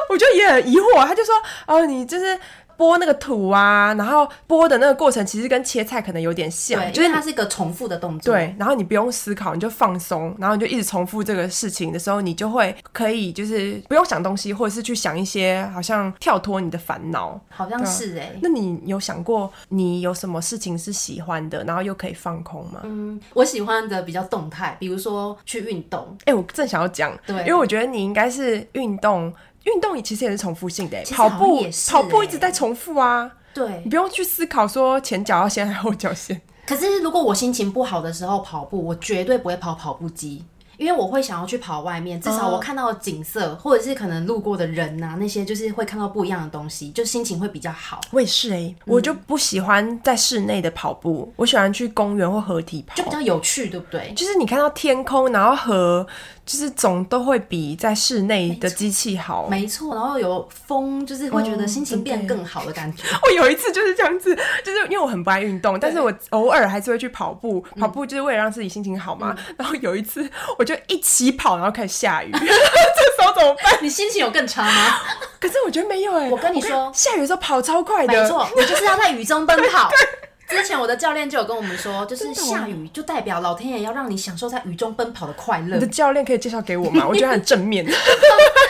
A: 我就也很疑惑，他就说：“哦，你就是剥那个土啊，然后剥的那个过程其实跟切菜可能有点像，
B: 对，
A: 就
B: 因
A: 是
B: 为它是一个重复的动作。，
A: 对，然后你不用思考，你就放松，然后你就一直重复这个事情的时候，你就会可以就是不用想东西，或者是去想一些好像跳脱你的烦恼。
B: 好像是哎、
A: 那你有想过你有什么事情是喜欢的，然后又可以放空吗？
B: 嗯，我喜欢的比较动态，比如说去运动。
A: 哎、我正想要讲，
B: 对
A: 因为我觉得你应该是运动。”运动其实也是重复性的、欸
B: 其实
A: 跑
B: 好像
A: 步
B: 也是
A: 跑步一
B: 欸
A: 直在重复啊，
B: 对
A: 你，不用去思考说前脚要先还是后脚先。
B: 可是如果我心情不好的时候跑步，我绝对不会跑跑步机。因为我会想要去跑外面，至少我看到的景色，或者是可能路过的人呐、那些就是会看到不一样的东西，就心情会比较好，
A: <laughs> 我也是哎、我就不喜欢在室内的跑步，我喜欢去公园或河体跑
B: 就。比较有趣，对不对？
A: 就是你看到天空，然后河，就是总都会比在室内的机器好。
B: 没错，然后有风，就是会觉得心情变
A: 真的
B: 更好的感觉。
A: 我哦有一次就是这样子， <laughs> 就是因为我很不爱运动，但是我偶尔还是会去跑步。跑步就是为了让自己心情好嘛。然后有一次我就一起跑，然后开始下 <laughs> 雨，这时候怎么办？
B: <laughs> 你心情有更差吗？
A: 可是我觉得没有哎、
B: 我跟你说
A: 下雨的时候跑超快的，
B: <laughs> 没错，我就是要在雨中奔 <laughs> 跑。之前我的教练就有跟我们说，就是
A: 真的哦
B: 下雨就代表老天爷要让你享受在雨中奔跑的快乐
A: 你的。教练可以介绍给我吗？我觉得很正面。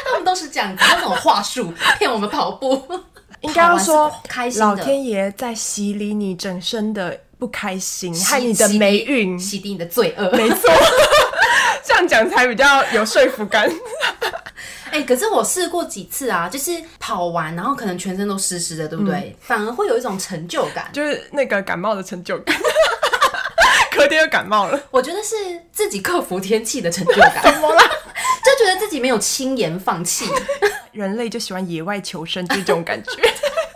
B: 他们都是这样子，用那种话术骗我们跑步。
A: 应该要说
B: 跑完是开心的
A: 老天爷在洗礼你整身的不开心，
B: 洗
A: 害你的霉运。
B: 洗涤你的罪恶。
A: 没错， <laughs> 这样讲才比较有说服感。
B: <laughs>
A: <laughs>
B: 哎、可是我试过几次啊，就是跑完，然后可能全身都湿湿的，对不对？
A: 嗯
B: 反而会有一种成就感。
A: 就是那个感冒的成就感， <laughs> 隔天又感冒了。
B: 我觉得是自己克服天气的成就
A: <laughs>
B: 感。怎么了？ <laughs> 就觉得自己没有轻言放弃。
A: 人类就喜欢野外求生，就是这种感觉。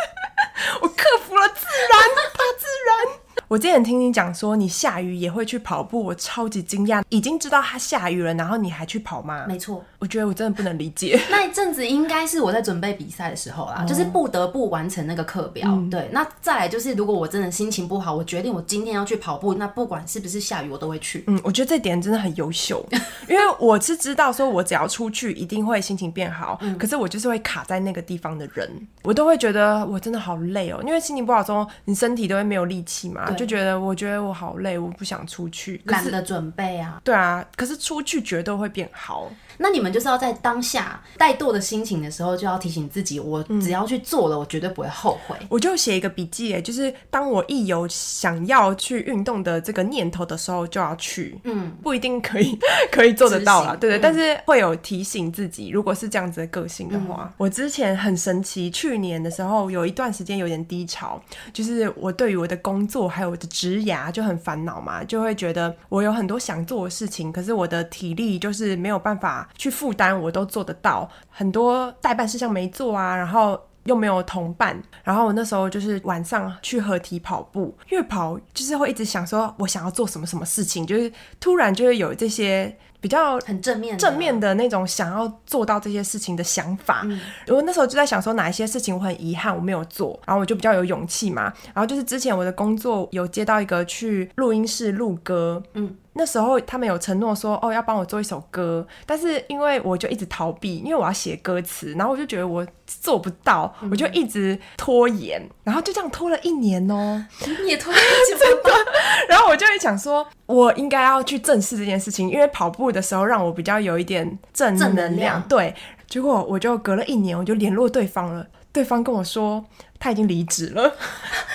A: <laughs> 我克服了自然，大自然。我之前听你讲说你下雨也会去跑步，我超级惊讶。已经知道它下雨了，然后你还去跑吗？
B: 没错，
A: 我觉得我真的不能理解。
B: 那一阵子应该是我在准备比赛的时候啦，
A: 哦
B: 就是不得不完成那个课表。
A: 嗯
B: 对，那再来就是，如果我真的心情不好，我决定我今天要去跑步，那不管是不是下雨，我都会去。
A: 嗯，我觉得这点真的很优秀，因为我是知道说，我只要出去一定会心情变好，
B: 嗯
A: 可是我就是会卡在那个地方的人，我都会觉得我真的好累哦，因为心情不好的时候，你身体都会没有力气嘛，
B: 对
A: 就觉得我觉得我好累，我不想出去。可
B: 懒
A: 是
B: 得准备啊，
A: 对啊，可是出去绝对会变好。
B: 那你们就是要在当下怠惰的心情的时候，就要提醒自己，我只要去做了，我绝对不会后悔。
A: 我就写一个笔记耶，就是当我一有想要去运动的这个念头的时候，就要去。嗯，不一定可以 <laughs> 可以做得到啦，
B: 执行
A: 对对，
B: 嗯
A: 但是会有提醒自己，如果是这样子的个性的话，我之前很神奇，去年的时候有一段时间有点低潮，就是我对于我的工作还有我的职涯就很烦恼嘛，就会觉得我有很多想做的事情，可是我的体力就是没有办法去负担，我都做得到。很多代办事项没做啊，然后又没有同伴，然后我那时候就是晚上去合体跑步，越跑就是会一直想说，我想要做什么什么事情，就是突然就会有这些比较
B: 很正面的 <laughs>
A: 正面的那种想要做到这些事情的想法。
B: 嗯
A: 我那时候就在想说，哪一些事情我很遗憾我没有做，然后我就比较有勇气嘛。然后就是之前我的工作有接到一个去录音室录歌，
B: 嗯。
A: 那时候他们有承诺说，哦，要帮我做一首歌，但是因为我就一直逃避，因为我要写歌词，然后我就觉得我做不到，
B: 嗯
A: 我就一直拖延，然后就这样拖了一年哦。
B: 你也突然就真的
A: 然后我就会想说，我应该要去正视这件事情，因为跑步的时候让我比较有一点正
B: 正
A: 能
B: 能量
A: 对，结果我就隔了一年，我就联络对方了，对方跟我说他已经离职了。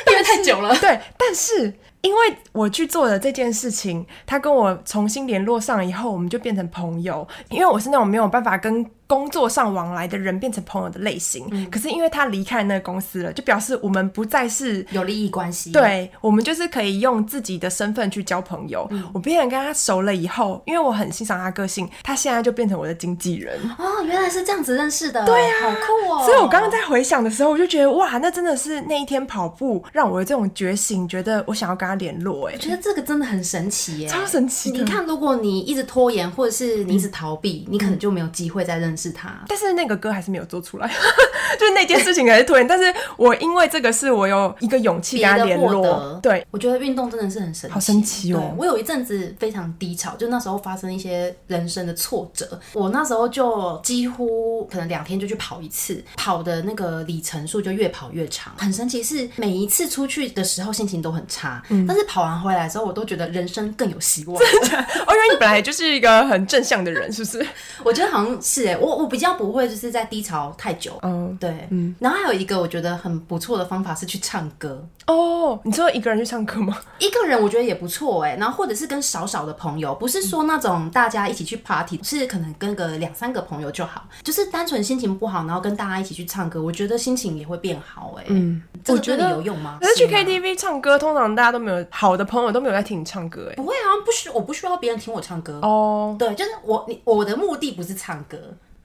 A: <laughs>
B: 因为太久了，
A: 对，但是因为我去做了这件事情，他跟我重新联络上以后，我们就变成朋友。因为我是那种没有办法跟工作上往来的人变成朋友的类型。
B: 嗯
A: 可是因为他离开那个公司了，就表示我们不再是。
B: 有利益关系。，
A: 对我们就是可以用自己的身份去交朋友。
B: 嗯
A: 我变成跟他熟了以后，因为我很欣赏他个性，他现在就变成我的经纪人。
B: 哦，原来是这样子认识的，对呀、好酷哦。
A: 所以我刚刚在回想的时候，我就觉得哇，那真的是那一天跑步让我有这种觉醒，觉得我想要跟他联络、哎
B: 我，觉得这个真的很神奇耶，
A: 超神奇的
B: 你看，如果你一直拖延，或者是你一直逃避，你可能就没有机会再认识他。
A: 但是那个歌还是没有做出来， <laughs> 就是那件事情还是拖延。但是我因为这个是我有一个勇气跟他联
B: 别的获
A: 络
B: 得，
A: 对，
B: 我觉得运动真的是很神奇，
A: 好神奇哦
B: 对我有一阵子非常低潮，就那时候发生一些人生的挫折，我那时候就几乎可能两天就去跑一次，跑的那个里程数就越跑越长。很神奇是每一次出去的时候心情都很差，
A: 嗯
B: 但是跑完回来之后，我都觉得人生更有希望。
A: 哦，因为你本来就是一个很正向的人，是不是？
B: 我觉得好像是哎、我我比较不会就是在低潮太久。
A: 嗯，
B: 对，嗯，然后还有一个我觉得很不错的方法是去唱歌，
A: 哦，你说一个人去唱歌吗？
B: 一个人我觉得也不错哎、然后或者是跟少少的朋友，不是说
A: 嗯
B: 那种大家一起去 party，是可能跟个两三个朋友就好，就是单纯心情不好，然后跟大家一起去唱歌，我觉得心情也会变好哎、嗯，这个对你有用吗？
A: 可是去
B: 啊是吗
A: KTV 唱歌，通常大家都没有好的朋友都没有在听你唱歌，哎，
B: 不会啊，不需我不需要别人听我唱歌。
A: 哦，
B: 对，就是我你我的目的不是唱歌，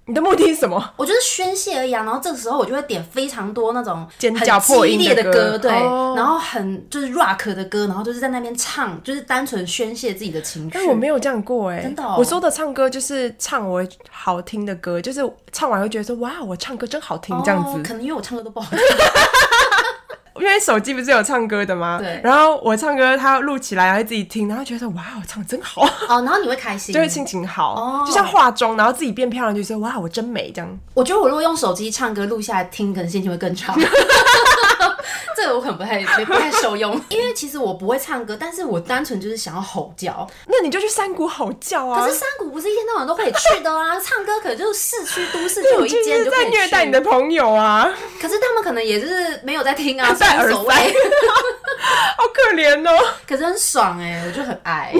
A: 你的目的是
B: <laughs>
A: 什么？
B: 我就是宣泄而已啊。然后这个时候我就会点非常多那种
A: 尖
B: 很
A: 叫破
B: 激
A: 音
B: 烈
A: 的
B: 歌，
A: 歌
B: 对，
A: 哦
B: 然后很就是 rock 的歌，然后就是在那边唱，就是单纯宣泄自己的情绪。
A: 但我没有这样过哎、
B: 真的哦
A: 我说的唱歌就是唱我好听的歌，就是唱完会觉得说哇，我唱歌真好听
B: 哦
A: 这样子。
B: 可能因为我唱歌都不好
A: <laughs>
B: 听。
A: 因为手机不是有唱歌的吗？
B: 对
A: 然后我唱歌，他录起来，然后自己听，然后觉得哇，我唱得真
B: <laughs>
A: 好，
B: 哦，然后你会开心，
A: 就会心情好。
B: 哦
A: 就像化妆，然后自己变漂亮，就说哇，我真美这样。
B: 我觉得我如果用手机唱歌录下来听，可能心情会
A: <laughs>
B: 更差。这个我可能不太没不太
A: <laughs>
B: 受用，因为其实我不会唱歌，但是我单纯就是想要吼叫。
A: 那你就去山谷吼叫啊！
B: 可是山谷不是一天到晚都可以去的
A: <laughs>
B: 啊，唱歌可能就是市区都市就有
A: 你 <laughs>
B: 一
A: 就
B: 间
A: 是
B: 就可以
A: 在
B: 去
A: 虐待你的朋友啊，
B: 可是他们可能也就是没有在听啊，所
A: <laughs> 戴
B: 以无
A: 耳
B: 所谓。
A: 塞，好可怜哦。
B: 可是很爽哎、我就很
A: <laughs>
B: 爱。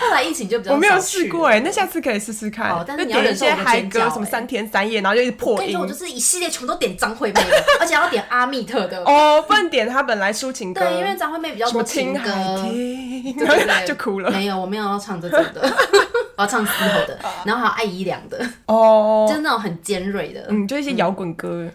B: 后来疫情就比较
A: 我没有
B: 少去
A: 试过
B: 了
A: 哎、那下次可以试试看。
B: 好但是
A: 就
B: 你要
A: 点一
B: 忍受
A: 些
B: 我的
A: 嗨
B: 尖
A: 歌
B: 叫，
A: 什么
B: 欸
A: 三天三夜，然后就一直破
B: 跟你
A: 音
B: 说，我。就是一系列全部都点张惠妹的，而且要点阿密特的。
A: 哦，不能点他本来抒情歌，
B: 对，因为张惠妹比较
A: 什么
B: 多
A: 听
B: 情歌，
A: 海听，
B: 对对
A: 然后 <laughs>
B: 对
A: 就哭了。
B: 没有，我没有要唱这种的， <laughs> 我要唱嘶吼
A: <laughs>
B: 的，然后还有艾怡良的，
A: 啊哦，
B: 就是那种很尖锐的。
A: 嗯，就一些摇滚歌，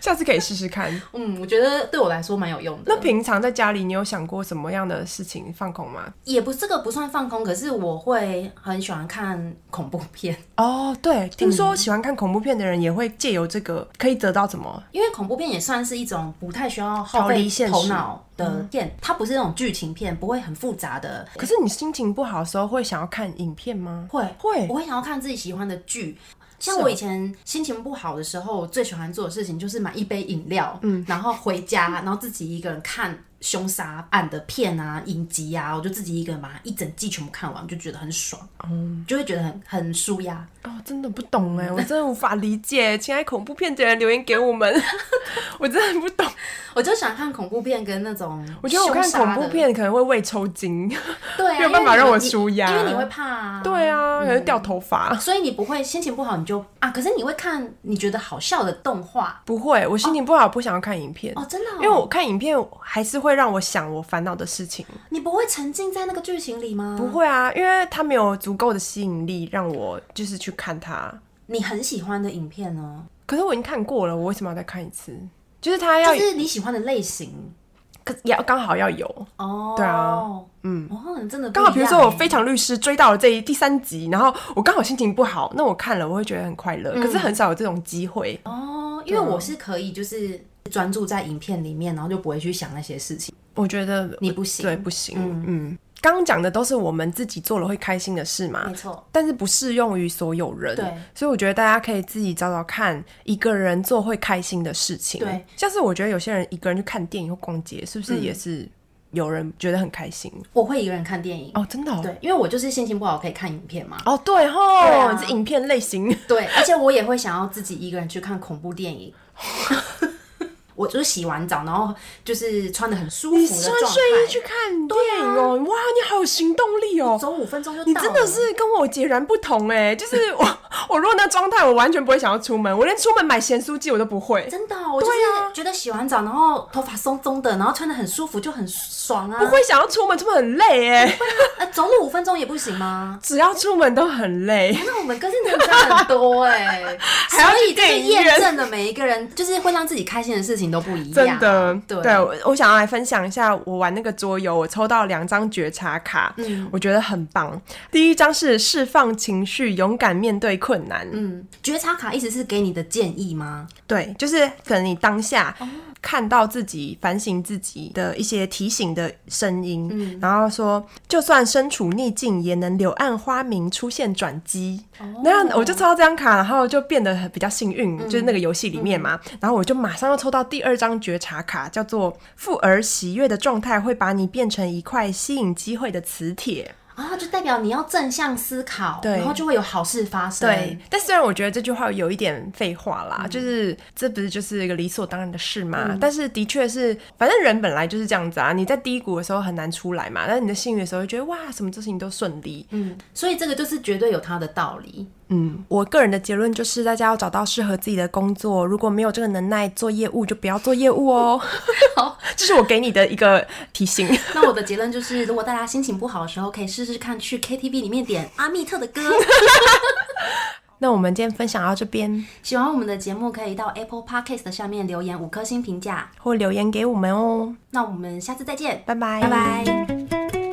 A: 下次可以试试
B: <laughs>
A: 看。
B: 嗯，我觉得对我来说蛮有用的。
A: 那平常在家里，你有想过什么样的事情放空吗？
B: 也不这个不算放空，可是我会很喜欢看恐怖
A: <laughs>
B: 片，
A: 哦，对，听说喜欢看恐怖片的人也会借由这个可以得到什么？
B: 因为恐怖片也算是一种不太需要耗
A: 逃离
B: 费
A: 现实嗯
B: 头脑的片，它不是那种剧情片，不会很复杂的。
A: 可是你心情不好的时候会想要看影片吗？
B: 会
A: 会
B: 我会想要看自己喜欢的剧。像
A: 是哦
B: 我以前心情不好的时候，我最喜欢做的事情就是买一杯饮料，嗯，然后回家，然后自己一个人看凶杀案的片啊、影集啊，我就自己一个人把它一整季全部看完，我就觉得很爽，嗯，就会觉得很很舒压。
A: 哦，真的不懂 <laughs> 哎，我真的无法理解。亲爱恐怖片的人留言给我们， <laughs> 我真的不懂。
B: 我就喜欢看恐怖片跟那种凶杀的，
A: 我觉得我看恐怖片可能会胃抽筋。
B: 对、啊，
A: 没有办法
B: 因为你
A: 让我
B: 你
A: 舒压
B: 因为你会怕啊，
A: 对啊，可能掉头发。
B: 所以你不会心情不好你就啊，可是你会看你觉得好笑的动画
A: 不会，我心情不好，不想要看影片。
B: 哦，真的、哦，
A: 因为我看影片还是会让我想我烦恼的事情。
B: 你不会沉浸在那个剧情里吗？
A: 不，会啊，因为它没有足够的吸引力让我就是去看它。
B: 你很喜欢的影片呢，
A: 可是我已经看过了，我为什么要再看一次？就是它要，
B: 就是你喜欢的类型
A: 可是也要刚好要有。
B: 哦。
A: 对啊，
B: 嗯，哦，你真的不
A: 刚好，比如说我
B: 一
A: 《
B: 样欸
A: 非常律师》追到了这一第三集，然后我刚好心情不好，那我看了我会觉得很快
B: 嗯
A: 乐。可是很少有这种机会。
B: 哦，因为
A: 啊
B: 我是可以就是专注在影片里面，然后就不会去想那些事情。
A: 我觉得
B: 你不行，
A: 对，不行。嗯，刚刚讲的都是我们自己做了会开心的事嘛
B: 没，错，
A: 但是不适用于所有人。
B: 嗯对，
A: 所以我觉得大家可以自己找找看，一个人做会开心的事情。
B: 对，嗯
A: 像是我觉得有些人一个人去看电影或逛街，是不是也是有人觉得很开心？
B: 我会一个人看电影。
A: 哦，真的、哦。
B: 对，因为我就是心情不好可以看影片嘛。
A: 哦，对吼，
B: 对啊
A: 你是影片类型。
B: 对，而且我也会想要自己一个人去看恐怖
A: <laughs>
B: 电影。我就是洗完澡，然后就是穿的很舒服
A: 你
B: 的
A: 穿
B: 状
A: 睡衣去
B: 态，
A: 看电影哦，哇，你好有行动力哦！
B: 走五分钟就到
A: 你真的
B: 了
A: 是跟我截然不同哎、 <laughs> 就是我，我如果那状态，我完全不会想要出门，我连出门买咸酥鸡我都不会，
B: 真的哦、我就是觉得洗完澡，然后头发松松的，然后穿的很舒服，就很爽啊。
A: 不会想要出门，出门很累哎、 <laughs>
B: 呃，走路五分钟也不行吗？
A: 只要出门都很累。
B: <laughs> 那我们个性真的差很多哎、 <laughs> 所
A: 要
B: 以
A: 去
B: 这是
A: 电影院
B: 验证了每一个人，就是会让自己开心的事情都不一样。啊
A: 真的，
B: 对，
A: 我我想要来分享一下，我玩那个桌游，我抽到两张觉察卡，
B: 嗯
A: 我觉得很棒。第一张是释放情绪，勇敢面对困难，
B: 嗯，觉察卡意思是给你的建议吗？
A: 对，就是可能你当下看到自己、反省自己的一些提醒的声音，然后说，就算身处逆境，也能柳暗花明，出现转机。那样我就抽到这张卡，然后就变得很比较幸运，就是那个游戏里面嘛。然后我就马上又抽到第二张觉察卡，叫做“富而喜悦的状态会把你变成一块吸引机会的磁铁”。
B: 啊，就代表你要正向思考，
A: 对
B: 然后就会有好事发生。
A: 对，，嗯但虽然我觉得这句话有一点废话啦，就是这不是就是一个理所当然的事嘛？但是的确是，反正人本来就是这样子啊。你在低谷的时候很难出来嘛，但是你在幸运的时候就觉得哇，什么事情都顺利。
B: 嗯，所以这个就是绝对有它的道理。
A: 嗯，我个人的结论就是，大家要找到适合自己的工作，如果没有这个能耐做业务，就不要做业务 <laughs> 哦。
B: 好，
A: 这是我给你的一个提醒。
B: 那我的结论就是，如果大家心情不好的时候，可以试试看去 KTV 里面点阿密特的歌。
A: 那我们今天分享到这边，
B: 喜欢我们的节目，可以到 Apple Podcast 的下面留言五颗星评价。
A: 或留言给我们哦，
B: 那我们下次再见，
A: 拜拜，
B: 拜拜。